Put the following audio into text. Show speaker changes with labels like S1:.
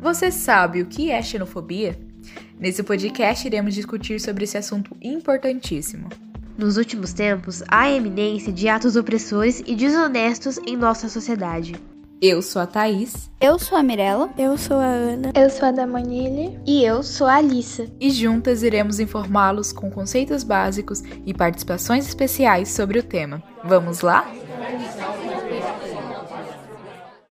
S1: Você sabe o que é xenofobia? Nesse podcast iremos discutir sobre esse assunto importantíssimo.
S2: Nos últimos tempos, há eminência de atos opressores e desonestos em nossa sociedade.
S1: Eu sou a Thaís.
S3: Eu sou a Mirella.
S4: Eu sou a Ana.
S5: Eu sou a Damanile.
S6: E eu sou a Alissa.
S1: E juntas iremos informá-los com conceitos básicos e participações especiais sobre o tema. Vamos lá?